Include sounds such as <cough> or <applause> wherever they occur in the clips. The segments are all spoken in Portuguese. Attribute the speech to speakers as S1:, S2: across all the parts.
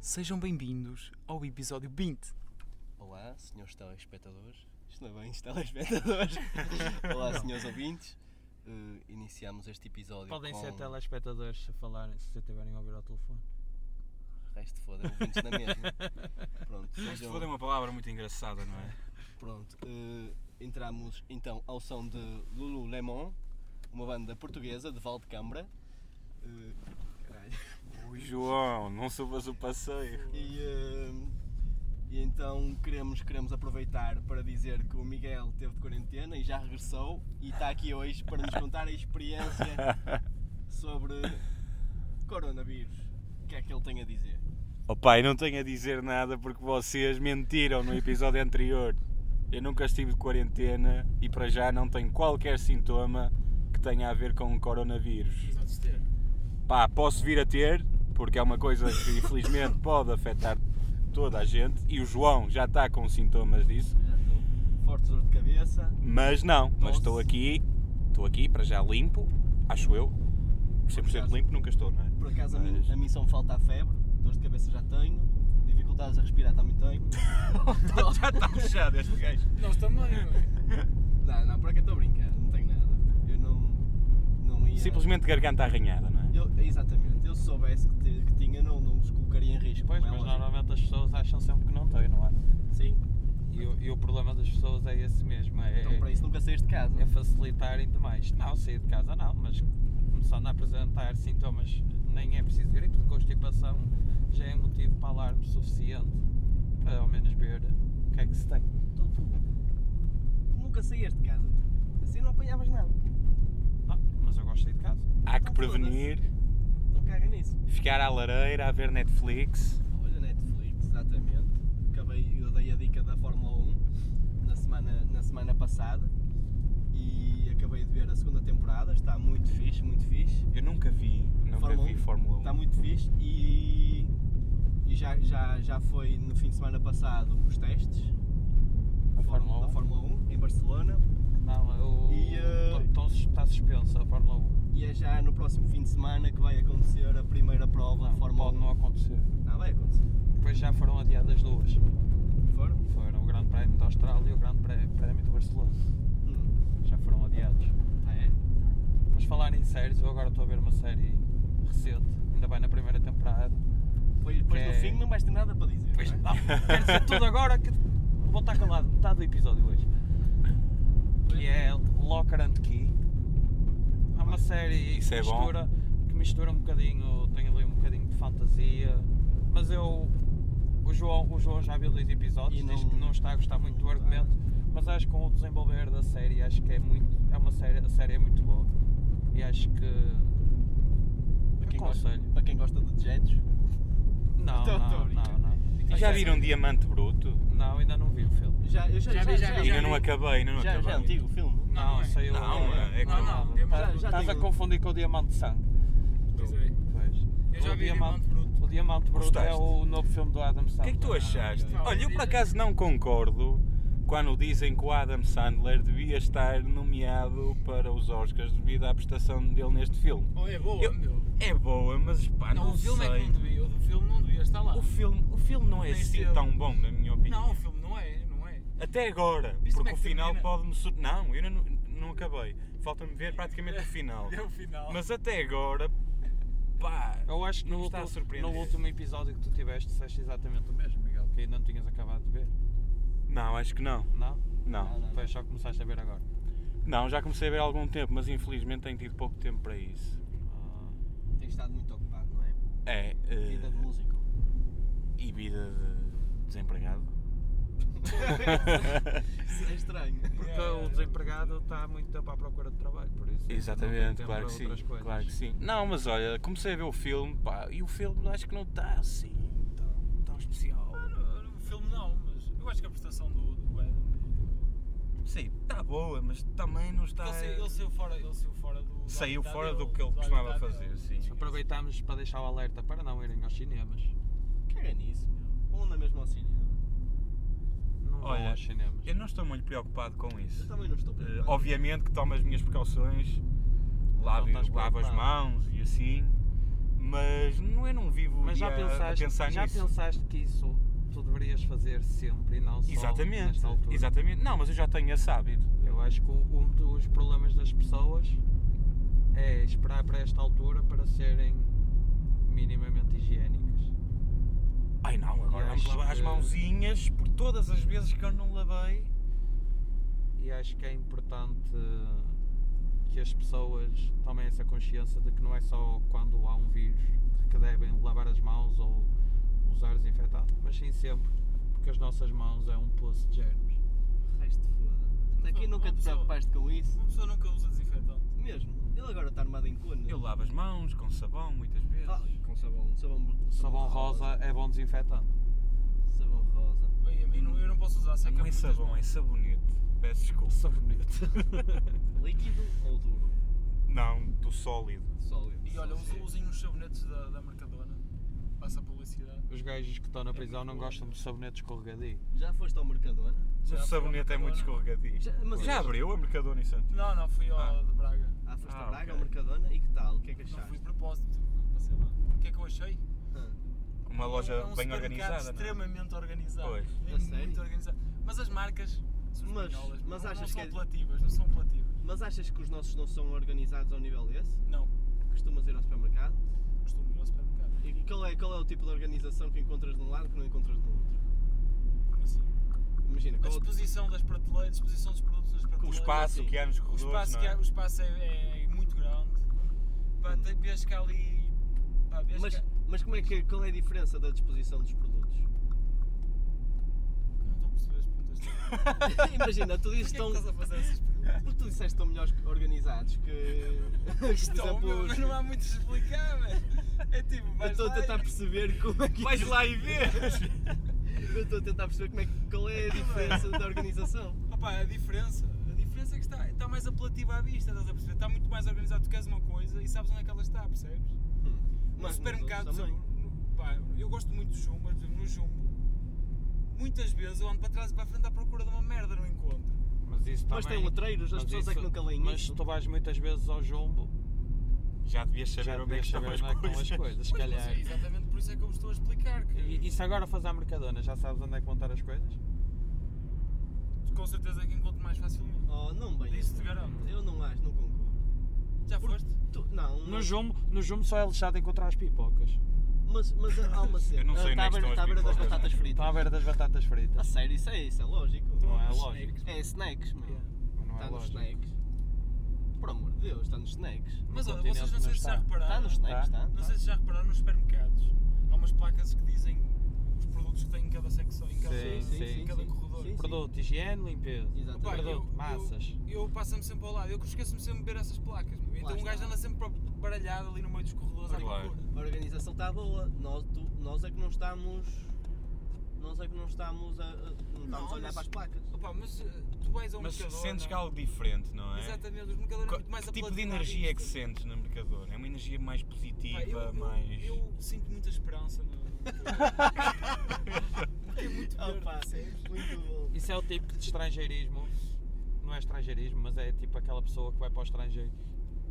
S1: Sejam bem-vindos ao episódio 20.
S2: Olá, senhores telespectadores. Isto não é bem, isto é
S3: <laughs>
S2: telespectadores. Olá, senhores ouvintes. Eh, iniciamos este episódio
S4: Podem
S2: com...
S4: ser telespectadores se falarem, se estiverem a ouvir ao telefone.
S2: Resto foda, ouvintes na
S3: <laughs>
S2: mesma. Pronto,
S3: Isto
S2: sejam-
S3: foda é uma palavra muito engraçada, não é?
S2: Pronto, eh, entramos então ao som de Lulu Lemon, uma banda portuguesa de Valdecambra. Eh, caralho.
S3: Ui, João, não soubas o <laughs> passeio.
S2: E, eh, e então queremos, queremos aproveitar para dizer que o Miguel teve de quarentena e já regressou e está aqui hoje para nos contar a
S3: <laughs>
S2: experiência sobre coronavírus. O que é que ele tem a dizer?
S3: Oh pai, não tenho a dizer nada porque vocês mentiram no episódio anterior. Eu nunca estive de quarentena e para já não tenho qualquer sintoma que tenha a ver com o coronavírus. Pá, posso vir a ter, porque é uma coisa que infelizmente pode afetar toda a gente e o João já está com sintomas disso.
S2: Forte dor de cabeça.
S3: Mas não, mas
S2: Tosse.
S3: estou aqui, estou aqui para já limpo, acho eu. 100% limpo nunca estou, não é?
S2: Por acaso a,
S3: Mas-
S2: mim, a mim só me falta a febre, dor de cabeça já tenho, dificuldades a respirar também
S4: <laughs>
S2: tenho.
S3: <laughs> Já está fechado este gajo.
S5: Nós também, não é?
S2: não, não, por acaso estou a brincar, não tenho nada. Eu não, não ia.
S3: Simplesmente garganta arranhada, não é?
S2: Eu, exatamente, eu se soubesse que, ti- que tinha, não, não os colocaria em risco.
S4: Pois,
S2: como é
S4: mas
S2: lógico.
S4: normalmente as pessoas acham sempre que não têm, não é?
S2: Sim,
S4: E, o- e o problema das pessoas é esse mesmo, é,
S2: então para isso nunca saíste de casa.
S4: é facilitarem demais. Não, sair de casa não, mas começando a apresentar sintomas, nem é preciso gripe de constipação, já é motivo para alarme suficiente para ao menos ver o que é que se tem.
S2: Tu, tu nunca saíste de casa. Assim não apanhavas nada.
S4: Ah, mas eu gosto de sair de casa.
S3: Há que
S2: Então foda-se.
S3: prevenir,
S2: Não caga nisso.
S3: ficar à lareira, a ver Netflix.
S2: Olha, Netflix, exatamente. Acabei, eu dei a dica da Fórmula 1 na semana, na semana passada e acabei de ver a segunda temporada. Está muito fixe, muito fixe.
S3: Eu nunca vi, nunca
S2: Fórmula
S3: vi
S2: 1.
S3: Fórmula
S2: Está
S3: Tá 1.
S2: muito fixe e, e já, já, já foi no fim de semana passado os testes Fór-
S4: A Fórmula 1?
S2: da Fórmula 1 em Barcelona
S4: Não, eu.
S2: E, eh,
S4: Então está suspenso a Fórmula 1.
S2: e é já no próximo fim de semana que vai acontecer a primeira prova
S4: Não,
S2: de Fórmula
S4: Ah, pode
S2: 1.
S4: não acontecer.
S2: Ah, vai acontecer.
S4: Depois já foram adiadas duas.
S2: Foram?
S4: Foram o Grande Prémio da Austrália e o Grande Pré- Prémio de Barcelona.
S2: Hum.
S4: Já foram adiados.
S2: Ah, é?
S4: Mas falar em séries, eu agora estou a ver uma série recente, ainda bem na primeira temporada.
S2: Pois, depois
S4: Que
S2: no
S4: é-
S2: fim não vais ter nada para dizer.
S4: Pois
S2: não
S4: não,
S2: é?
S4: quero
S3: <laughs>
S4: dizer tudo agora que vou estar calado metade do episódio hoje. Que é Locker and Key. Há uma série
S3: Isso
S4: que,
S3: é bom.
S4: mistura, que mistura um bocadinho, tem ali um bocadinho de fantasia, mas eu. O João, o João já viu dois episódios,
S2: E
S4: diz
S2: não-
S4: que não está a gostar muito do
S2: não está.
S4: argumento, mas acho que com o desenvolver da série, acho que é muito. É uma série, a série é muito boa. E acho que.
S2: Para quem, gosta,
S4: Aconselho.
S2: para quem gosta de dejetos,
S4: Não,
S2: Estou- estou a
S4: não,
S2: brincar.
S4: não, não.
S3: Já viram Diamante Bruto?
S4: Não, ainda não vi o filme.
S2: já, eu já,
S5: Já vi, já vi,
S3: Ainda
S5: já
S3: não
S5: vi.
S3: acabei, ainda não
S2: já, já
S3: acabei.
S2: é antigo o filme.
S4: Não,
S5: é.
S4: saiu.
S3: Não, é- é
S5: Não, não,
S3: com-
S2: Já- já
S4: Estás a
S2: tenho-
S4: confundir com o Diamante de Sangue.
S5: Pois é.
S4: Pois.
S5: Eu já
S4: O
S5: vi Diamante Bruto.
S4: O Diamante Bruto é
S3: Gostaste?
S4: o novo filme do Adam
S3: O
S4: Sandler.
S3: que é que tu achaste?
S5: não.
S3: Olha, eu por acaso não concordo quando dizem que o Adam Sandler devia estar nomeado para os Oscars devido à prestação dele neste filme.
S5: Oh, é boa,
S3: Eu-
S5: meu.
S3: É boa, mas pá, não,
S5: Não, o filme
S3: sei.
S5: é que não devia. O do filme não devia estar lá.
S3: O filme, o filme não é
S5: Nem
S3: assim
S5: sei.
S3: tão bom, na minha opinião.
S5: Não, o filme não é, não é.
S3: Até agora,
S5: Viste como
S3: porque
S5: é
S3: o
S5: que
S3: final
S5: termina?
S3: pode-me sur... Não, eu não, não acabei. Falta-me ver praticamente o
S5: <laughs>
S3: final.
S5: É
S4: <laughs>
S5: o final.
S3: Mas até agora, pá,
S4: Eu acho que
S3: não
S4: no,
S3: me está a
S4: último-
S3: surpreender.
S4: no último episódio que tu tiveste, disseste exatamente o mesmo, Miguel, que ainda não tinhas acabado de ver.
S3: Não, acho que não.
S4: Não?
S2: Não,
S3: Não.
S2: não.
S4: Pois só começaste a ver agora.
S3: Não, já comecei a ver há algum tempo, mas infelizmente tenho tido pouco tempo para isso.
S4: Ah,
S2: Tens estado muito ocupado, não é?
S3: É, eh,
S2: Vida de músico.
S3: e vida de desempregado.
S2: <laughs> Isso é estranho.
S4: Porque o desempregado está há muito tempo à procura de trabalho, por isso. é não tem
S3: Exatamente,
S4: tempo
S3: claro
S4: para
S3: que sim,
S4: outras coisas.
S3: claro que sim. Não, mas olha, comecei a ver o filme, pá, e o filme acho que não está assim tão, tão especial.
S5: Ah, não, não, O filme não, mas eu acho que a prestação do, do Adam. é
S3: Sim, está boa, mas também não está.
S5: Ele, saiu- ele saiu fora, ele saiu fora do. do
S3: Tá, é- Saiu
S5: habitat
S3: fora do
S5: dele,
S3: que ele
S5: do
S3: costumava
S5: habitat
S3: fazer,
S5: dele.
S3: sim.
S4: Aproveitámos para deixar o alerta para não irem aos cinemas.
S2: Caga nisso, meu. Ou na mesma ao cinema.
S4: Não vão
S3: Olha,
S4: aos cinemas.
S3: Eu não estou muito preocupado com
S2: Eu
S3: isso.
S2: também não estou
S3: Eh,
S2: preocupado.
S3: obviamente que tomo as minhas precauções, lavo,
S4: Não estás
S3: lavo as
S4: preocupado.
S3: mãos e assim, Mas não, eu não vivo o
S4: Mas já
S3: dia a-
S4: pensaste,
S3: a pensar
S4: já
S3: nisso.
S4: pensaste que isso tu deverias fazer sempre e não só
S3: Exatamente,
S4: nesta altura?
S3: exatamente. Não, mas eu já tenho esse hábito.
S4: Eu acho que um dos problemas das pessoas é esperar para esta altura para serem minimamente higiênicas.
S3: Ai não, agora
S4: Eu
S3: vamos
S4: acho
S3: lavar as
S4: que-
S3: mãozinhas por todas as vezes que eu não lavei.
S4: E acho que é importante que as pessoas tomem essa consciência de que não é só quando há um vírus que devem lavar as mãos ou usar desinfetante, mas sim sempre, porque as nossas mãos é um poço de germes.
S2: Resto de foda. Até aqui
S5: Uma
S2: nunca te
S5: pessoa-
S2: preocupaste com isso.
S5: Uma pessoa nunca usa desinfetante.
S2: Mesmo. Ele agora está armado em cona.
S3: Eu lavo as mãos com sabão muitas vezes.
S2: Ah, e com sabão, sabão,
S4: Sabão rosa é bom desinfetante.
S2: Sabão rosa.
S5: Bem, a mim não- eu não posso usar seca
S3: não é
S5: muitas
S3: sabão, é
S5: mãos.
S3: sabonete. Peço desculpa. Sabonete. <laughs>
S2: Líquido ou duro?
S3: não, do sólido.
S2: Sólido.
S5: E olha, usem- usem uns sabonetes da, da Mercadona. Passa a publicidade.
S4: Os gajos que estão na prisão não
S5: muito bom.
S4: gostam de sabonete escorregadio.
S2: Já foste ao Mercadona?
S3: Mas
S5: Já
S3: o sabonete é muito
S5: fui ao
S3: escorregadio.
S2: Já- mas-
S3: Já abriu a Mercadona em Santos?
S5: Não, não, fui ao
S3: Ah.
S5: de Braga.
S2: Ah, foste
S3: Ah,
S2: a Braga,
S3: ok.
S2: ao Mercadona e que tal? O que é que
S5: Não fui de
S2: achaste?
S5: propósito, passei lá. O que é que eu achei?
S2: Ah,
S3: Uma loja
S5: É um
S3: bem
S5: supermercado
S3: organizada. não é?
S5: extremamente organizado.
S3: Pois.
S5: É
S2: A sério?
S5: muito organizado. Mas as marcas são
S2: Mas-
S5: espanholas,
S2: mas
S5: não,
S2: achas
S5: não
S2: que
S5: são
S2: é-
S5: apelativas, não são apelativas.
S2: Mas achas que os nossos não são organizados ao nível desse?
S5: Não,
S2: Costumas ir ao supermercado?
S5: costumo ir ao supermercado.
S2: E qual é, qual é o tipo de organização que encontras de um lado que não encontras do outro?
S5: Como assim?
S2: Imagina,
S5: A
S2: qual é o- tipo-
S5: disposição das prateleiras, a disposição dos produtos das
S3: O
S5: prateleiras.
S3: espaço
S2: Sim.
S3: que há nos
S5: O
S3: corredores,
S5: espaço,
S3: não
S5: que
S3: é?
S5: há- o espaço é, é muito grande. Pá,
S2: Hum.
S5: tem- vês que há ali. Pá, vês
S2: mas,
S5: que há-
S2: mas como é que, qual é a diferença da disposição
S5: <laughs>
S2: dos produtos?
S5: Eu Não estou a perceber as perguntas.
S2: Imagina, tu
S5: Porquê
S2: dizes
S5: que
S2: tão.
S5: estás a fazer essas perguntas?
S2: Porque tu disseste tão melhores
S5: <laughs>
S2: organizados que. Por
S5: Estão, Então, meu,
S2: exemplo,
S5: mas não há muito a explicar, velho. É tipo,
S2: eu
S5: vais
S2: estou a
S5: lá
S2: tentar
S5: e-
S2: perceber como é que.
S3: Vais lá e vês!
S2: Eu estou a tentar perceber como é que, qual é a diferença da organização.
S5: Opa, a diferença, a diferença é que está, está mais apelativa à vista, estás a perceber? Está muito mais organizado, tu queres uma coisa e sabes onde é que ela está, percebes? no
S2: nos
S5: supermercado,
S2: outros
S5: por
S2: também.
S5: exemplo, no- pá, eu gosto muito de jumbo, mas por exemplo, no jumbo, muitas vezes eu ando para trás e para a frente à procura de uma merda no encontro.
S4: Mas isso
S2: Mas
S4: também...
S2: tem letreiros, as
S4: mas
S2: pessoas é que
S4: isso-
S2: nunca leem
S4: Mas
S2: isso.
S4: se tu vais muitas vezes ao jumbo,
S3: Já devias saber
S4: já
S3: onde é
S4: devias
S3: que estão
S4: saber
S3: as
S4: onde é que estão
S3: coisas.
S4: as coisas, se
S5: Pois, mas
S4: calhar.
S5: é exatamente por isso é que eu vos estou a explicar, que
S4: E, e se agora fores à Mercadona, já sabes onde é que vão estar as coisas?
S2: Hum.
S5: com certeza é que encontro mais facilmente.
S2: Oh, não bem.
S5: Isso te garanto.
S2: Eu não acho, não concordo.
S5: Já
S2: Porque
S5: foste?
S2: tu- não,
S4: No
S2: mas,
S4: Jumbo, no Jumbo só é lixado encontrar as pipocas.
S2: mas, mas há uma cena.
S3: Eu não sei onde é
S2: Está à
S3: que
S2: beira-
S3: estão
S2: está à
S3: as
S2: beira das
S3: pipocas,
S2: batatas
S3: não.
S2: fritas.
S4: Estão à beira das batatas
S2: A
S4: fritas.
S2: sério, isso é isso, é lógico.
S4: Tá Não é
S5: nos
S4: lógico.
S5: snacks.
S2: É snacks, meu.
S4: Yeah, mas não é
S2: Está nos
S4: lógico.
S2: snacks. Por amor de Deus, está nos snacks.
S5: Mas
S4: No
S5: olha, vocês
S4: continente
S5: não sei se já
S4: está. Tá?
S2: Está
S5: repararam,
S2: nos snacks, Tá está?
S5: não sei se já repararam nos supermercados, há umas placas que dizem os produtos que têm em cada secção, em cada,
S4: Sim, sim,
S5: em cada corredor.
S2: Sim, sim.
S4: Produto, higiene, limpeza.
S2: Exatamente.
S5: Pá,
S4: Produto,
S5: eu- eu-
S4: massas.
S5: Eu passo-me sempre ao lado, eu esqueço-me sempre de ver essas placas. meu. Então um
S2: está.
S5: gajo anda sempre baralhado ali no meio dos corredores à
S3: Claro.
S5: procura.
S2: A organização está boa. Nós, tu- nós é que não estamos. Nós é que não estamos a, a- não estamos
S5: Não,
S2: a olhar
S5: mas-
S2: para as placas. <laughs>
S5: Opa, mas eh, tu vais a um
S3: Mas
S5: mercador.
S3: sentes
S5: não é?
S3: que há algo diferente, não é?
S5: Exatamente, os mercadores é
S3: Co-
S5: muito mais
S3: que tipo de
S5: apelativo à
S3: energia é que
S5: vista.
S3: sentes no mercador? É uma energia mais positiva,
S5: Pá, eu, eu-
S3: mais.
S5: eu sinto muita esperança
S3: <laughs>
S5: no. Porque é muito verde,
S2: Opa,
S5: percebes?
S2: muito bom.
S4: Isso é o tipo de estrangeirismo. Não é estrangeirismo, mas é tipo aquela pessoa que vai para o estrangeiro.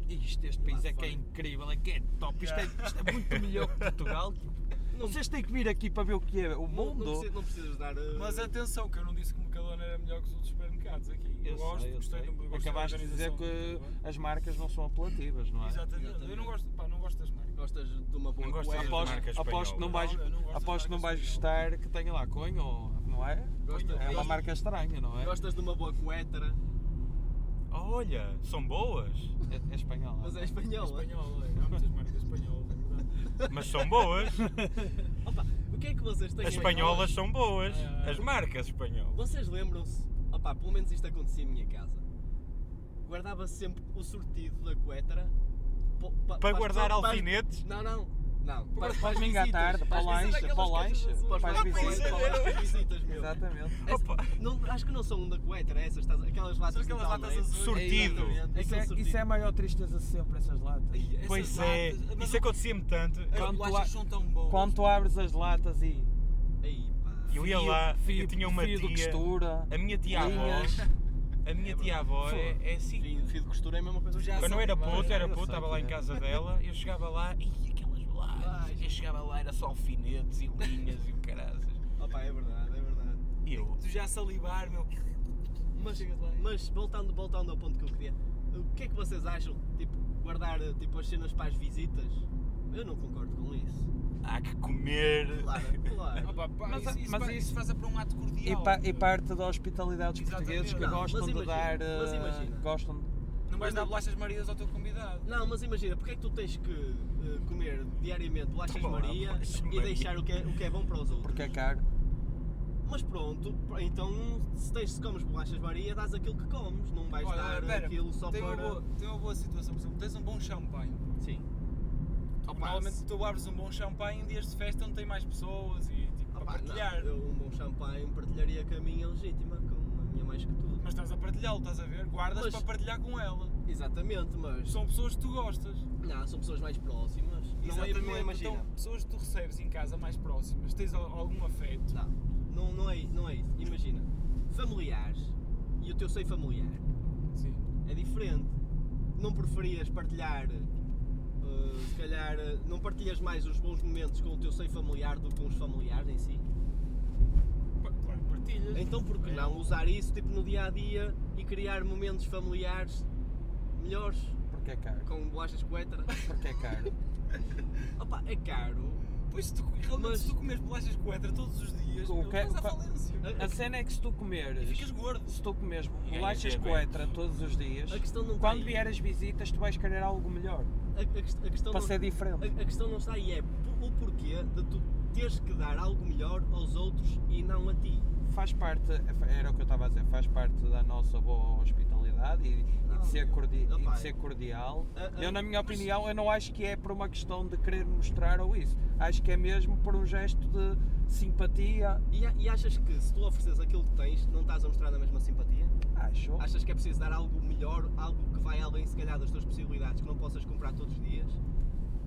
S4: Isto, este país é que
S2: fora.
S4: é incrível, é que é top, isto é, isto é muito melhor que Portugal. tipo,
S2: Não-
S4: Vocês têm que vir aqui para ver o que é
S2: Não-
S4: o
S2: Não,
S4: mundo.
S2: precisas, não precisas dar. uh,
S5: Mas atenção, que eu não disse que o Mercadona era melhor que os outros supermercados aqui. Eu,
S4: Eu sei,
S5: gosto,
S4: eu
S5: gostei
S4: sei.
S5: do gostei da
S4: Acabaste de dizer
S5: organização do
S4: que
S5: Mercadona.
S4: as marcas não são apelativas, não é?
S5: Exatamente, eu não gosto, pá, não gosto das marcas.
S2: Gostas de uma boa
S3: Não gostas
S2: cueca?
S3: de
S4: Aposto,
S3: marca
S4: aposto que não vais,
S5: espanhola. Não, eu não gosto
S4: aposto
S5: de
S4: que não
S5: marca
S4: vais
S5: espanhola.
S4: gostar que tenha lá cunho, ou- não é?
S2: Gosta-
S4: É uma
S2: gosta-
S4: marca estranha, não é?
S2: Gostas de uma boa coetra,
S3: Olha, são <laughs> boas,
S4: É, é espanhola.
S2: mas é espanhola.
S5: Espanhola, é, há muitas marcas espanholas, é verdade.
S3: mas são boas.
S2: Opa, o que é que vocês têm
S3: As espanholas são boas,
S5: Ah,
S3: as marcas espanholas.
S2: Vocês lembram-se? Opa, pelo menos isto acontecia em minha casa. Guardava-se sempre o sortido da coetra po- pa-
S3: Para
S2: as-
S3: guardar
S2: para-
S3: alfinetes?
S2: Não, não. Não,
S4: Para,
S2: as
S4: domingo à
S2: visitas,
S4: tarde, para o
S2: as
S4: lanche,
S2: visitas,
S4: para o lanche,
S5: aquelas
S4: para
S2: assim, Para
S4: as
S2: as
S3: pois
S4: visitas.
S3: é.
S2: visitas, para as visitas, meu.
S5: é
S4: Exatamente.
S2: Essa-
S3: Opa.
S2: não- acho que não são um da coetra essas, estás, aquelas latas
S5: São aquelas
S2: de
S5: latas
S2: talmeiro.
S5: azuis.
S3: Sortido.
S2: Exatamente,
S4: Isso
S2: aquele
S4: é,
S2: sortido.
S4: isso é a maior tristeza sempre, essas latas.
S5: Ai, essas
S3: Pois é,
S5: latas, mas
S3: isso acontecia-me tanto.
S5: As
S4: Quando tu
S5: bolachas
S4: a-
S5: são tão boas.
S4: Quando tu abres as latas e
S2: Aí, pá.
S3: Eu ia lá,
S4: fio,
S3: eu tinha uma
S4: fio de
S3: tia.
S4: costura,
S3: A minha tia-avó.
S4: linhas.
S3: A minha tia-avó é, é assim.
S2: Fio, fio de costura é a mesma coisa.
S5: Tu
S2: que
S5: já
S2: eu.
S3: Quando eu era
S5: Essa
S3: puto,
S5: memória,
S3: era
S4: eu
S3: puto,
S4: sei
S3: estava
S4: que
S3: lá em
S4: é.
S3: casa dela, eu chegava lá e aquelas
S2: Lá,
S6: lá. Eu chegava lá, era só alfinetes e linhas e o caraças.
S2: Opa, é verdade, é verdade.
S6: E eu,
S5: Tu já salivar, meu.
S2: Mas,
S5: Chegas lá.
S2: mas voltando, voltando ao ponto que eu queria, o que é que vocês acham? Tipo, guardar tipo, as cenas para as visitas? Eu não concordo com isso.
S6: há que comer.
S5: <laughs>
S2: Claro, claro.
S5: Ah, pá, pá,
S4: Mas-
S5: isso, isso,
S4: mas
S5: pa-
S4: isso-
S5: isso faz para um ato
S4: E,
S5: cordial.
S4: pa- e parte da hospitalidade dos
S5: Exatamente.
S4: portugueses que
S2: Não,
S4: gostam
S2: mas
S4: de
S2: imagina,
S4: dar.
S2: mas
S4: eh,
S2: imagina.
S4: gostam de-
S5: Não vais dar bolachas maridas ao teu convidado.
S2: Não, mas imagina, porque é que tu tens que eh, comer diariamente bolachas
S6: Toma lá,
S2: Maria
S6: bolachas
S2: e
S6: Maria.
S2: deixar o que, é, o que é bom para os outros?
S4: porque é caro.
S2: Mas pronto, pr- então se tens se comes bolachas Maria, dás aquilo que comes, não vais
S5: Olha,
S2: dar
S5: espera,
S2: aquilo só
S5: tem,
S2: para. Ah,
S5: uma boa, tem uma boa situação, por exemplo, tens um bom champanhe.
S2: Sim.
S5: Tipo,
S2: Opa,
S5: Normalmente
S2: se-
S5: tu abres um bom champanhe em dias de festa onde tem mais pessoas e tipo,
S2: opa,
S5: para
S2: não,
S5: partilhar.
S2: eu um bom champanhe partilharia com a minha legítima, com a minha mais que tudo.
S5: Mas estás a partilhá-lo, estás a ver? Guardas
S2: Mas-
S5: para partilhar com ela.
S2: Exatamente, mas.
S5: São pessoas que tu gostas.
S2: Não, são pessoas mais próximas. Não é,
S5: Exatamente.
S2: não é imagina.
S5: Então, pessoas que tu recebes em casa mais próximas, tens al- algum afeto.
S2: Não, não, não é, isso, não é isso. Imagina, familiares e o teu seio familiar
S5: Sim.
S2: é diferente. Não preferias partilhar, eh, se calhar, eh, não partilhas mais os bons momentos com o teu seio familiar do que com os familiares em si?
S5: Pa- Claro, partilhas.
S2: Então por que
S5: É.
S2: não usar isso tipo no dia a dia e criar momentos familiares melhores
S4: Porque é caro.
S2: com bolachas
S4: <laughs>
S2: coetra?
S4: Porque é caro.
S2: Opa, é caro.
S5: Pois se tu, realmente
S2: Mas-
S5: se tu comes bolachas coetra todos os dias,
S4: O
S5: meu,
S4: que é-
S5: vais à
S4: o que-
S5: falência.
S4: A cena é que se tu
S5: E
S4: comeres.
S5: ficas gordo.
S4: Se tu
S6: Ganhas
S4: comes bolachas
S6: diabetes.
S4: coetra todos os dias,
S2: A questão não
S4: quando
S2: tem-
S4: vier as visitas, tu vais querer algo melhor.
S2: A, a quest- a questão
S4: Para
S2: não-
S4: ser diferente.
S2: A, a questão não está aí, é po- o porquê de tu teres que dar algo melhor aos outros e não a ti.
S4: Faz parte, era o que eu estava a dizer, faz parte da nossa boa hospitalidade e, e de, ser cordi-
S2: Não,
S4: e
S2: opa,
S4: de ser cordial.
S2: a- a-
S4: Eu, na minha
S2: mas-
S4: opinião, eu não acho que é por uma questão de querer mostrar ou isso. Acho que é mesmo por um gesto de simpatia.
S2: E, a- e achas que se tu ofereces aquilo que tens, não estás a mostrar a mesma simpatia?
S4: Acho.
S2: Achas que é preciso dar algo melhor, algo que vai além se calhar das tuas possibilidades, que não possas comprar todos os dias?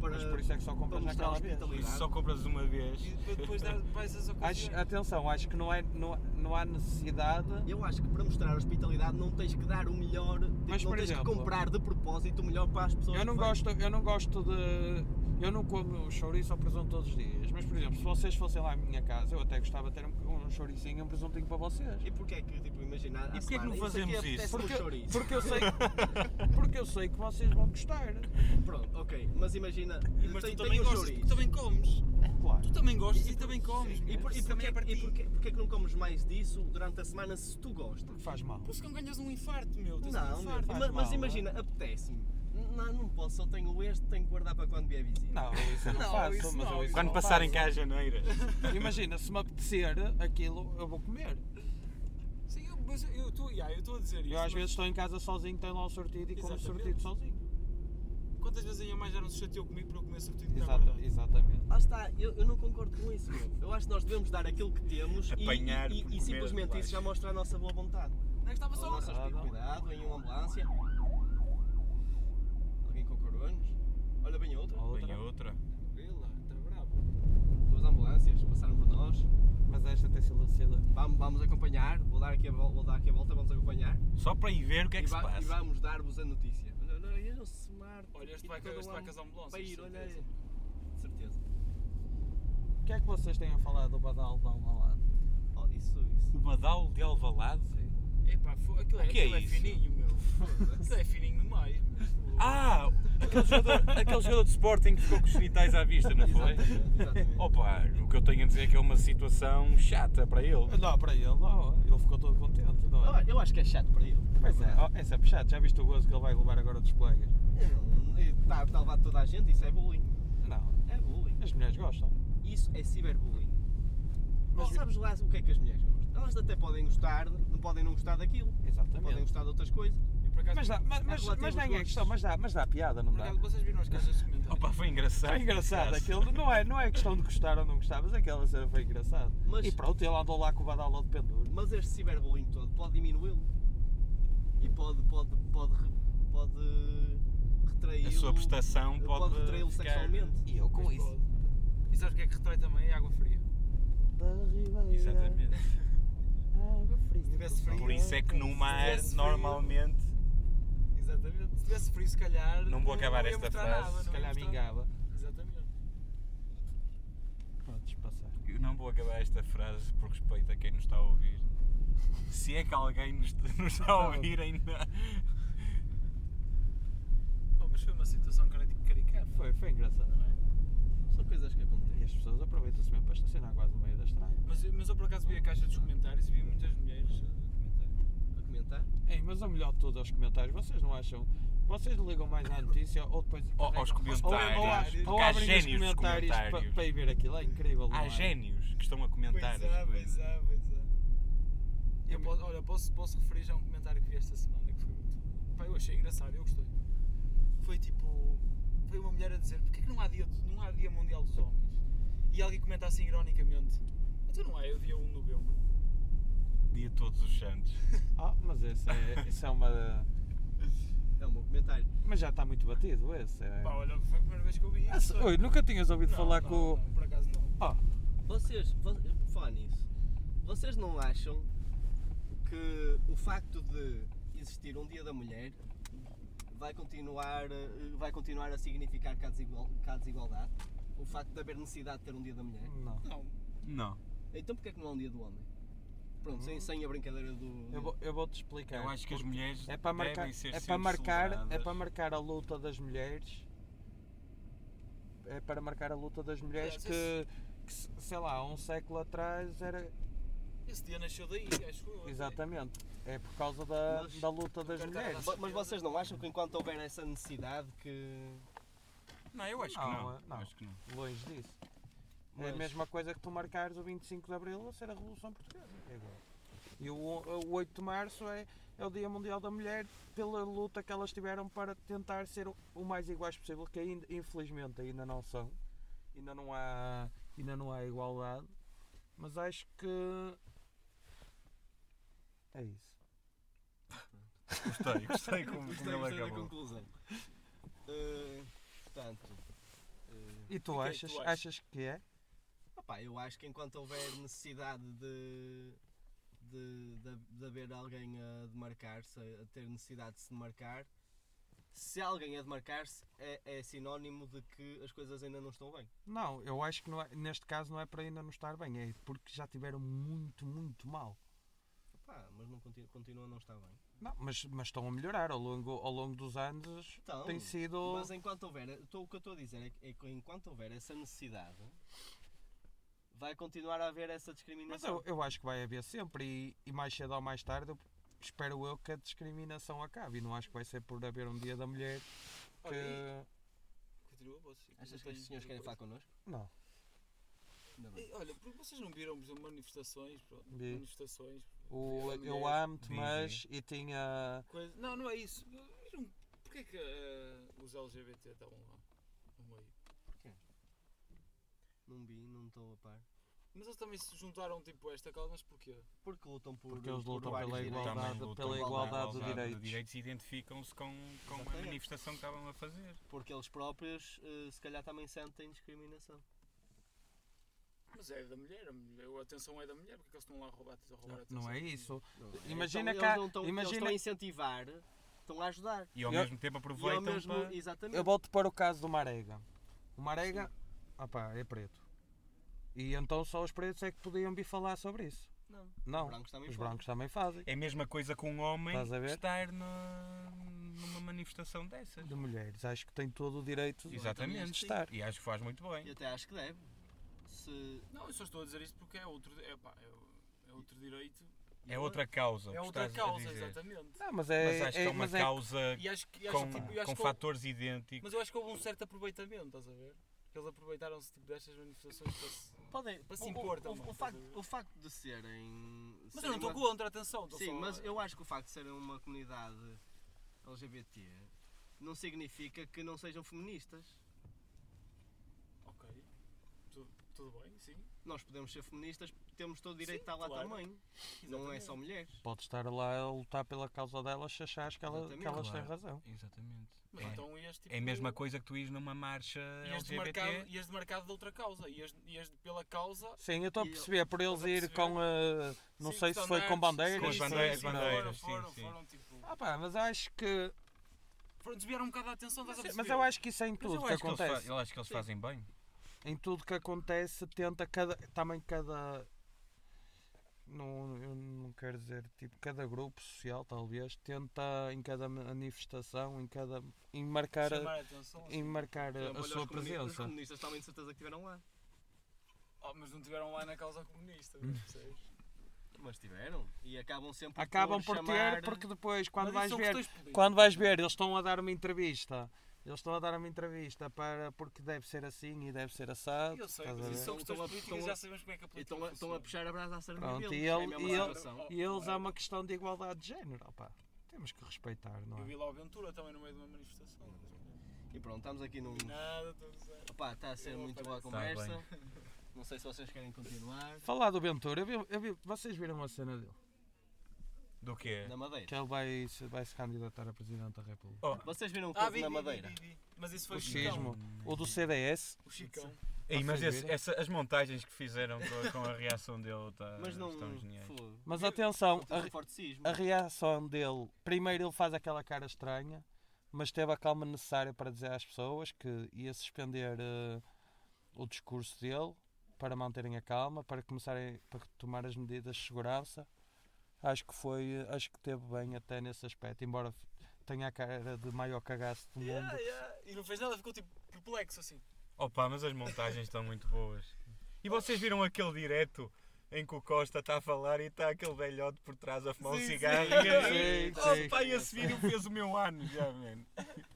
S2: Para,
S4: Mas por isso é que só compras
S2: para mostrar
S4: naquela vez.
S6: Por
S2: hospitalidade?
S6: isso só compras uma vez.
S5: E para depois dar, vais às
S4: Acho-
S5: ocasiões.
S4: atenção, acho que não, é, não, não há necessidade.
S2: Eu acho que para mostrar hospitalidade não tens que dar o melhor, tipo,
S4: Mas,
S2: não
S4: por
S2: tens
S4: exemplo,
S2: que comprar de propósito o melhor para as pessoas.
S4: Eu não
S2: que vêm.
S4: gosto, eu não gosto de. Eu não como chouriço ou presunto todos os dias. Mas, por exemplo, se vocês fossem lá à minha casa, eu até gostava de ter um, um chouricinho e um presuntinho para vocês.
S2: E porquê é que, tipo, imagina, à
S6: E porquê é que não
S2: semana, sei
S6: fazemos
S2: apetece-me
S6: isso?
S2: um
S4: Porque,
S2: chouriço.
S4: porque eu <laughs> sei, porque eu sei que vocês vão gostar.
S2: Pronto, ok, mas imagina,
S5: Mas
S2: tem,
S5: tu
S2: tem
S5: também
S2: um
S5: gostas,
S2: chouriço.
S5: porque também comes.
S4: Claro.
S5: Tu também gostas e, também comes.
S2: E, por, e,
S5: Isso também
S2: porquê,
S5: é para
S2: e
S5: ti.
S2: porquê, porquê que não comes mais disso durante a semana se tu gostas?
S4: Faz mal.
S5: Por isso que não ganhas um infarto, meu. Tens um
S2: Não, meu,
S5: infarto.
S2: mas,
S4: faz
S2: mas
S4: mal,
S2: imagina,
S5: é?
S2: apetece-me. Não, não posso, só tenho este, tenho que guardar para quando vier visita.
S4: Não, isso eu não,
S5: Não,
S4: faço.
S5: isso
S4: mas eu
S5: não,
S4: isso
S5: isso
S6: Quando
S4: não
S6: passarem cá
S4: faço.
S6: as janeiras.
S4: Imagina, se me apetecer aquilo, eu vou comer.
S5: Sim, eu- mas eu estou yeah, eu estou a dizer isso.
S4: Eu às
S5: mas
S4: vezes estou em casa sozinho, tenho lá o sortido e como
S5: Exatamente.
S4: sortido sozinho.
S5: Quantas vezes a minha mãe já não se chateou comigo para eu comer sortido de
S4: Exata-
S5: verdade?
S4: exatamente.
S2: Lá está, eu, eu não concordo com isso, meu. Eu acho que nós devemos dar aquilo que temos e-
S6: Apanhar
S2: e,
S6: por
S2: e
S6: comer
S2: simplesmente isso
S6: bolacha.
S2: já mostra a nossa boa vontade.
S5: Não é que estava
S2: Ou
S5: só.
S2: a nossa
S4: Nada.
S2: hospitalidade, vem uma ambulância. Alguém com coronas? Olha bem outra.
S6: Tem
S4: Outra.
S6: outra.
S5: Vê lá, está bravo.
S2: Duas ambulâncias passaram por nós.
S4: Mas esta tem silenciador.
S2: Vamos, vamos acompanhar, vou dar, aqui a, vol- vou dar aqui a volta, vamos acompanhar.
S6: Só para ir ver o que é
S2: e,
S6: que se
S2: va- e
S6: passa.
S2: vamos dar-vos a notícia. Olha, olha, olha o smart.
S5: Olha, este
S2: e
S5: vai,
S2: todo
S5: este vai
S2: um
S5: casar ambulâncias.
S2: país,
S5: de
S2: olha
S5: certeza.
S2: aí. De certeza.
S4: O que é que vocês têm a falar do Badal de Alvalade?
S2: Oh, isso, isso.
S6: O Badal de Alvalade?
S5: Epá, fo- aquilo, é,
S6: O que é
S5: aquilo é,
S6: isso?
S5: fininho, meu. Foda-se. Aquilo é fininho demais, meu. Foda-se.
S6: Ah! Aquele jogador, aquele jogador de Sporting que ficou com os genitais à vista, não foi?
S2: Exatamente,
S3: <laughs>
S2: exatamente.
S6: Opa, o que eu tenho a dizer é que é uma situação chata para ele.
S4: Não, para ele, não. Ele ficou todo contente, não é?
S2: Olha, eu acho que é chato para ele.
S4: Pois é, ó, essa é puxado. Já viste o gozo que ele vai levar agora dos colegas?
S2: Está tá, a levar toda a gente, isso é bullying.
S4: Não,
S2: É bullying.
S4: as mulheres gostam.
S2: Isso é ciberbullying.
S4: Mas-
S2: Mas sabes lá o que é que as mulheres gostam? Elas até podem gostar, não podem não gostar daquilo, podem
S4: Exatamente.
S2: gostar de outras coisas.
S5: E por acaso,
S4: Mas dá, mas, mas,
S2: relativo
S4: mas
S2: aos
S4: nem é
S2: gostos.
S4: questão, mas dá, mas dá piada, não
S5: por
S4: dá?
S5: acaso vocês viram as caixas de comentários.
S6: Opa, foi engraçado.
S4: Foi engraçado aquilo, não é, não é questão de gostar ou não gostar, mas aquela cena foi engraçada.
S2: Mas-
S4: E pronto, ele andou lá com o badalo de pendura.
S2: Mas este ciberbullying todo pode diminuí-lo e pode, pode, pode, re- pode retraí-lo.
S6: A sua prestação
S2: pode,
S6: pode.
S2: retraí-lo
S6: ficar-
S2: sexualmente.
S4: E eu com
S5: Mas
S4: isso.
S5: pode. E sabes o que é que retrai também? É água fria.
S4: Da Ribeira,
S6: Exatamente.
S4: água fria.
S5: Se tivesse frio-
S6: Por isso é que no mar,
S5: tivesse frio-
S6: normalmente.
S5: Exatamente. Se tivesse frio, se calhar.
S6: Não vou acabar
S5: ia
S6: esta
S5: mostrar
S6: frase,
S5: nada,
S4: Se
S5: não ia
S4: calhar
S5: mostrar.
S4: mingava.
S5: Exatamente.
S4: Podes passar.
S3: Eu não vou acabar esta frase por respeito a quem nos está a ouvir. Se é que alguém nos, <laughs> nos está a ouvir ainda.
S5: Pô, mas foi uma situação cara- caricata.
S4: Foi, foi engraçado.
S5: Não é?
S2: São coisas que acontecem.
S4: E as pessoas aproveitam-se mesmo para estacionar quase no meio da estrada.
S5: Mas, mas eu por acaso vi a caixa dos comentários e vi muitas mulheres a comentar.
S2: A comentar?
S4: Ei, mas o melhor de todos aos comentários, vocês não acham? Vocês ligam mais à notícia ou depois.
S3: Ou- aos
S4: Ou,
S3: comentários,
S4: ou, ou
S3: porque há
S4: abrem os
S3: génios de
S4: comentários pa- para,
S3: comentários.
S4: ir ver aquilo, é incrível. não
S3: Há
S4: é?
S3: génios que estão a comentar as coisas.
S5: é, pois é. Eu posso, olha, posso, posso referir já um comentário que vi esta semana que foi muito. Pá, eu achei engraçado, eu gostei. Foi tipo. Foi uma mulher a dizer: porquê que não há dia, não há dia mundial dos homens? E alguém comenta assim ironicamente: Então não é, eu dia 1 de novembro.
S3: Dia todos os santos.
S4: Ah, mas esse é, isso é uma.
S2: É um bom comentário.
S4: Mas já está muito batido esse. É...
S5: Pá, olha, foi a primeira vez que eu vi
S4: Ah, se-
S5: isso.
S4: oi, nunca tinhas ouvido
S5: Não,
S4: falar
S5: não,
S4: com. o-
S5: não, por acaso não.
S4: Ah,
S2: Vocês, vo- falar nisso, vocês não acham que o facto de existir um Dia da Mulher vai continuar, eh, vai continuar a significar que há, desigual- que há desigualdade? O facto de haver necessidade de ter um Dia da Mulher?
S4: não.
S5: Não,
S3: Não.
S2: Então porquê é que não há um Dia do Homem? Pronto, sem, sem a brincadeira do...
S4: Hum. Eu vou- eu vou-te explicar.
S3: Eu acho que as
S4: porque
S3: mulheres
S4: é para marcar,
S3: devem ser
S4: é para
S3: sempre
S4: marcar, é
S3: celebradas.
S4: para marcar a luta das mulheres. É para marcar a luta das mulheres
S5: Mas
S4: que, que se- sei lá, há um século atrás era
S5: esse dia nasceu daí, acho eu. até.
S4: exatamente. É por causa da,
S2: Mas-
S4: da luta das
S5: Marcar
S4: mulheres.
S2: Bo- Mas vocês não acham que enquanto houver essa necessidade que...
S4: É
S6: Não, eu acho que
S4: Não,
S6: não.
S4: é- não.
S6: Acho que não.
S4: Longe disso. É a
S2: Mas-
S4: mesma coisa que tu marcares o 25 de Abril a ser a Revolução Portuguesa. É igual. E o, o 8 de Março é, é o Dia Mundial da Mulher pela luta que elas tiveram para tentar ser o, o mais iguais possível, que ainda, infelizmente ainda não são. Ainda não há, ainda não há igualdade. Mas acho que é isso.
S3: Gostei,
S4: <laughs>
S3: gostei como,
S2: Gostei,
S3: como
S4: é
S2: gostei
S3: ele
S2: da
S3: acabou.
S2: conclusão. Eh, portanto... eh,
S4: E
S2: o
S4: tu
S2: que é que
S4: achas,
S2: tu achas?
S4: achas que é?
S2: Opá, eu acho que enquanto houver necessidade de, de, de, de haver alguém a demarcar-se, a ter necessidade de se demarcar, se alguém a demarcar-se, é, é sinónimo de que as coisas ainda não estão bem.
S4: Não, eu acho que não é- neste caso não é para ainda não estar bem, é porque já tiveram muito, muito mal.
S2: Opá, mas não continua, continua a não estar bem.
S4: Não, mas, mas estão a melhorar ao longo, ao longo dos anos.
S2: Então,
S4: tem sido.
S2: Mas enquanto houver, então o que eu estou a dizer é que, é que enquanto houver essa necessidade, vai continuar a haver essa
S4: Mas
S2: discriminação.
S4: eu, eu acho que vai haver sempre e, e mais cedo ou mais tarde eu espero eu que a discriminação acabe. E não acho que vai ser por haver um dia da mulher que.
S5: Olha, Continua, posso?
S2: Achas que é estes senhores querem falar connosco?
S4: Não.
S2: Ainda bem.
S5: Ei, Olha, porque vocês não viram, por exemplo, manifestações, pronto,
S4: Vi.
S5: manifestações,
S4: O,
S5: Dia da
S4: eu
S5: Mulher.
S4: amo-te, mas. E tinha.
S5: coisa... Não, não é isso. Viram porque é que eh, os LGBT estavam lá no meio?
S2: Não vi, não estou a par.
S5: Mas eles também se juntaram tipo a esta causa, mas porquê?
S2: Porque lutam por.
S4: Porque eles
S2: por
S4: lutam
S2: vários
S4: pela
S2: direitos.
S4: igualdade,
S3: Também lutam
S4: pela
S2: pela
S4: igualdade de
S3: igualdade
S4: direitos.
S3: e identificam-se com, com a
S2: Exatamente.
S3: manifestação que estavam a fazer.
S2: porque eles próprios eh, se calhar também sentem discriminação.
S5: Mas é da mulher, a, mulher, a atenção é da mulher, porque é que eles estão lá a roubar, a roubar a atenção?
S4: Não é isso. Imagina
S2: então,
S4: cá-
S2: eles não estão, eles
S4: imagina-
S2: estão a incentivar, estão a ajudar.
S3: E ao
S4: Eu-
S3: mesmo
S2: E
S3: tempo
S2: ao
S3: aproveitam
S2: mesmo,
S3: para...
S2: exatamente.
S4: Eu volto para o caso do Marega. O Marega. opá, é preto. E então só os pretos é que podiam vir falar sobre isso.
S2: Não.
S4: Não.
S2: Os brancos também
S4: Os
S2: foram.
S4: brancos também fazem.
S3: É a mesma coisa com um homem
S4: Estás a ver?
S3: estar na- numa manifestação dessas.
S4: de mulheres. Acho que tem todo o direito de
S3: Exatamente.
S4: estar.
S3: E acho que faz muito
S2: E
S3: bem.
S2: até acho que deve. Se
S5: Não, eu só estou a dizer isto porque é outro, é, pá, é, o- é outro direito.
S3: É outra causa.
S5: É
S3: que
S5: outra
S3: estás a
S5: causa,
S3: dizer.
S5: exatamente.
S4: Não, mas é,
S3: Mas acho que é uma
S4: mas é-
S3: causa
S5: E acho que, e acho,
S3: com,
S5: que, tipo, eu acho
S3: com
S5: que houve-
S3: fatores idênticos.
S5: Mas eu acho que houve um certo aproveitamento, estás a ver? Que eles aproveitaram-se tipo, destas manifestações para se...
S2: podem.
S5: Para se
S2: o- o-
S5: impor
S2: Assim, o-
S5: também,
S2: o,
S5: estás
S2: facto,
S5: a ver?
S2: o facto de
S5: Mas eu
S2: serem.
S5: não estou
S2: serem uma-
S5: contra, atenção. estou
S2: Sim,
S5: só-
S2: mas eu acho que o facto de serem uma comunidade LGBT não significa que não sejam feministas.
S5: Ok. Tu- tudo bem, sim.
S2: Nós podemos ser feministas, temos todo o direito
S5: Sim,
S2: de estar lá
S5: claro.
S2: também. Não é só mulheres.
S4: Pode estar lá a lutar pela causa delas se achares que, ela- que
S2: Exatamente.
S4: elas têm
S3: Claro.
S4: razão.
S3: Exatamente.
S5: Mas
S3: É.
S5: então ias tipo.
S3: É a mesma coisa que tu ires numa marcha
S5: Ias de
S3: LGBT.
S5: marcado, ias de marcado de outra causa. Ias, ias de- pela causa.
S4: Sim, eu estou a
S2: E eu-
S4: perceber. é Por eles
S5: a
S4: ir
S5: perceber.
S4: com. ah, não
S5: Sim,
S4: sei se foi com
S5: standards,
S4: bandeiras.
S3: Com as
S5: sim,
S3: bandeiras,
S5: sim, sim,
S3: bandeiras,
S5: Foram, foram,
S3: sim, sim.
S5: foram, tipo.
S4: Ah, pá, mas acho que.
S5: Foram desviar um bocado a atenção, estás a
S4: Mas eu
S5: perceber?
S4: acho que isso é em
S3: Mas
S4: tudo
S3: eu
S4: que
S3: acho que eles fa-
S4: acontece.
S3: eu acho que eles fazem bem.
S4: em tudo que acontece, tenta cada. Também cada. Não, eu não quero dizer, tipo, cada grupo social, talvez, tenta em cada manifestação, em cada. em marcar, a-
S5: Chamar a atenção.
S4: em marcar
S2: Olha,
S4: a, a
S2: os
S4: sua
S2: comuni- Os
S4: presença.
S2: comunistas também de certeza que estiveram lá.
S5: Oh, mas não tiveram lá na causa comunista, não percebes?
S2: Mas tiveram. E acabam sempre
S4: Acabam
S2: por
S4: por
S2: chamar...
S4: ter, porque depois, quando
S5: Mas
S4: vais
S5: isso são
S4: ver,
S5: questões políticas.
S4: Quando vais ver, eles estão a dar uma entrevista. Eles estão a dar uma entrevista para porque deve ser assim e deve ser assado.
S5: Eu sei,
S4: estás a
S5: mas isso
S4: ver?
S5: são
S2: Estão-
S5: questões
S2: estão a-
S5: políticas e
S2: estão a-
S5: já sabemos como é que a
S2: E
S5: política
S2: estão a, estão a
S5: funciona.
S2: puxar a brasa à sardinha
S4: Pronto,
S2: deles.
S4: e
S2: é a
S4: ele-
S2: mesma
S4: e ele-
S2: situação.
S4: E eles há uma questão de igualdade de género. opá. Temos que respeitar,
S2: então,
S4: não
S5: Eu
S4: é?
S5: vi lá o Ventura também no meio de uma manifestação.
S2: E pronto, estamos aqui num...
S5: Nada, estou a usar.
S2: Opa, está a ser
S5: Eu
S2: muito boa a
S5: apareço.
S2: conversa. Não sei se vocês querem continuar.
S4: Falar do Ventura, eu vi- eu vi- vocês viram a cena dele?
S6: Do quê?
S2: Na Madeira.
S4: Que ele vai, se- vai se candidatar a Presidente da República.
S3: Oh,
S2: Vocês viram o
S5: Ah,
S2: culto
S5: vi,
S2: na
S5: vi,
S2: Madeira?
S5: vi, vi. Mas isso foi então.
S4: O
S5: o Chicão.
S3: então,
S4: xismo, o do CDS.
S5: O Chicão.
S6: Ei, mas
S4: Vocês
S6: esse-
S4: viram?
S6: essa- as montagens que fizeram com, com a reação dele tá,
S4: Ah,
S2: Mas não...
S6: estão geniais.
S2: Fogo.
S4: Mas atenção,
S5: Tipo,
S4: a,
S2: Teve um forte sismo.
S4: a reação dele, primeiro ele faz aquela cara estranha, mas teve a calma necessária para dizer às pessoas que ia suspender eh, o discurso dele para manterem a calma, para começarem para tomar as medidas de segurança. Acho que foi, eh, acho que teve bem até nesse aspecto, embora f- tenha a cara de maior cagaço do mundo.
S5: Yeah, yeah. E não fez nada, ficou tipo perplexo <laughs> assim.
S6: Opa, mas as montagens estão muito boas. E vocês viram aquele direto em que o Costa está a falar e está aquele velhote por trás a fumar um
S5: Sim,
S6: cigarro?
S4: sim. Sim, sim.
S6: Opa, esse vídeo fez o meu ano já, mano.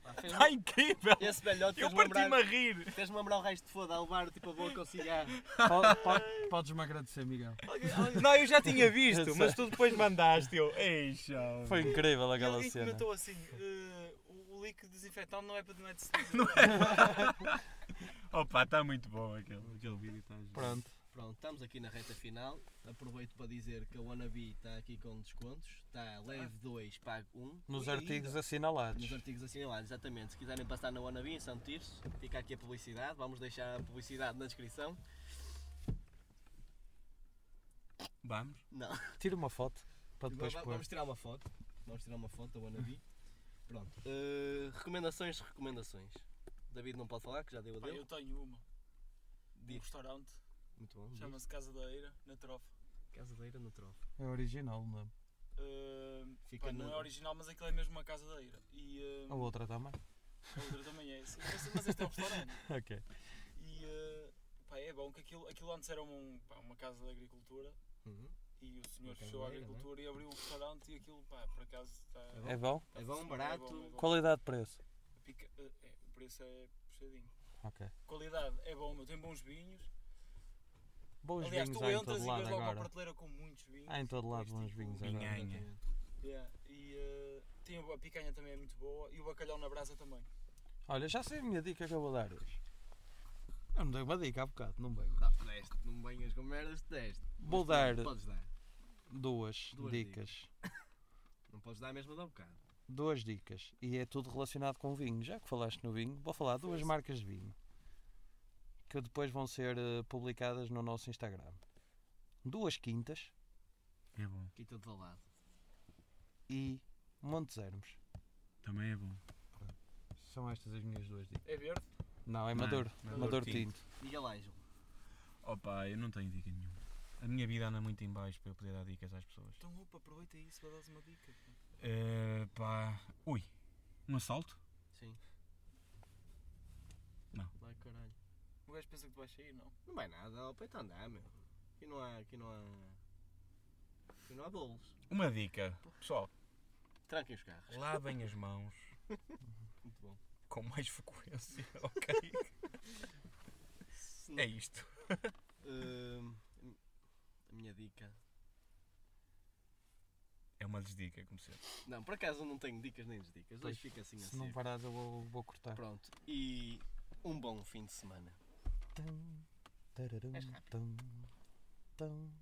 S2: Pá, fez-
S6: <laughs>
S2: um
S6: Está incrível!
S2: Esse velhote
S6: Eu
S2: fez-me lembrar...
S6: parti-me a rir!
S2: Fez-me lembrar o resto de foda a levar tipo a boca ao cigarro.
S4: Po- po- Podes-me agradecer, Miguel.
S6: Não, eu já tinha
S4: Eu
S6: visto, mas tu depois mandaste eu. Ei, chão!
S4: Foi incrível
S5: E
S4: aquela
S5: alguém
S4: cena.
S5: comentou assim: eh, o- o líquido desinfetante não é para não é de se dizer.
S6: Opa, está muito bom aquele, aquele vídeo. Tá genial.
S4: Pronto.
S2: Pronto, estamos aqui na reta final. Aproveito para dizer que a Wannabe está aqui com descontos. Está leve 2, pago 1.
S4: Nos artigos assinalados.
S2: Nos artigos assinalados, exatamente. Se quiserem passar na Wannabe em Santo Tirso, fica aqui a publicidade. Vamos deixar a publicidade na descrição.
S6: Vamos?
S2: Não.
S4: Tira uma foto para
S2: Agora
S4: depois
S2: va-
S4: pôr.
S2: Vamos tirar uma foto. Vamos tirar uma foto da Wannabe. Pronto. Eh, recomendações, recomendações. David não pode falar, que já deu a
S5: Pá, eu
S2: dele.
S5: tenho uma. Um
S2: Diz.
S5: restaurante,
S2: Muito bom.
S5: chama-se Casa da Eira, na Trofa.
S2: Casadeira no trofo.
S4: É original, não é?
S5: Eh,
S2: Fica
S5: pá, não
S2: na-
S5: é original, mas aquilo é mesmo uma Casa da Eira. E eh,
S4: A outra também.
S5: a outra também é essa. Mas, mas este é um restaurante.
S4: <laughs> Ok.
S5: E eh, pá, é bom que aquilo, aquilo antes era um, pá, uma casa de agricultura.
S2: Uhum.
S5: E o senhor
S2: Uma
S5: fechou a
S2: casa de Eira,
S5: agricultura e abriu um restaurante. E aquilo, pá, por acaso tá- está.
S4: É bom?
S2: É bom,
S5: barato.
S2: barato.
S4: Qualidade de preço.
S5: Pica- eh, é, o preço é puxadinho.
S4: Ok.
S5: Qualidade é bom, tem bons vinhos.
S4: Bons
S5: Aliás,
S4: vinhos
S5: tu
S4: há em
S5: entras
S4: todo
S5: e vês
S4: lado
S5: logo uma
S4: agora.
S5: prateleira com muitos vinhos.
S4: Há em todo lado
S5: Depois,
S4: bons
S5: tipo,
S4: vinhos agora.
S6: Vinhanha.
S5: Yeah, E eh, tem a picanha também é muito boa e o bacalhau na brasa também.
S4: Olha, já sei a minha dica que eu vou dar hoje. Eu não dei uma dica há bocado, não bem.
S2: Não, deste, não venhas com merdas, deste.
S4: Vou
S2: Mas
S4: dar
S2: tu Podes dar.
S4: duas,
S2: Duas
S4: dicas.
S2: Não podes dar a mesma de um bocado.
S4: Duas dicas. E é tudo relacionado com vinho. Já que falaste no vinho, vou falar de duas marcas de vinho. Que depois vão ser eh, publicadas no nosso Instagram. Duas Quintas
S6: É bom,
S2: Aqui estou de lado.
S4: e Montes Hermos.
S6: também é bom.
S4: São estas as minhas duas dicas.
S5: É verde?
S4: Não, é
S6: Não,
S4: Maduro.
S6: Maduro
S4: Maduro
S6: Tinto.
S4: Tinto.
S2: Miguel Ângelo.
S6: Opa, eu não tenho dica nenhuma. A minha vida anda muito em baixo para eu poder dar dicas às pessoas.
S5: Então, opa, aproveita isso para dar-se uma dica. pá.
S6: Eh, pá. Ui, um assalto?
S2: Sim.
S6: Não.
S2: Vai caralho.
S5: O gajo pensa que tu vais sair, não?
S2: Não vai nada, ó, peito andar, meu. Aqui não há. Aqui não há. Aqui não há bolos.
S6: Uma dica. Pessoal,
S2: Tranquem os carros.
S6: <laughs> lavem as mãos
S2: Muito bom.
S6: com mais frequência, <laughs> ok?
S2: Se
S6: É
S2: não-
S6: isto.
S2: Hum, a minha dica.
S6: É uma desdica, como sempre.
S2: Não, por acaso eu não tenho dicas nem dicas.
S4: Pois,
S2: Hoje fica assim
S4: Se
S2: assim.
S4: não parares, eu vou, vou cortar.
S2: Pronto. E um bom fim de semana.
S4: Tum, tararum,
S2: És rápido.
S4: tum, tum.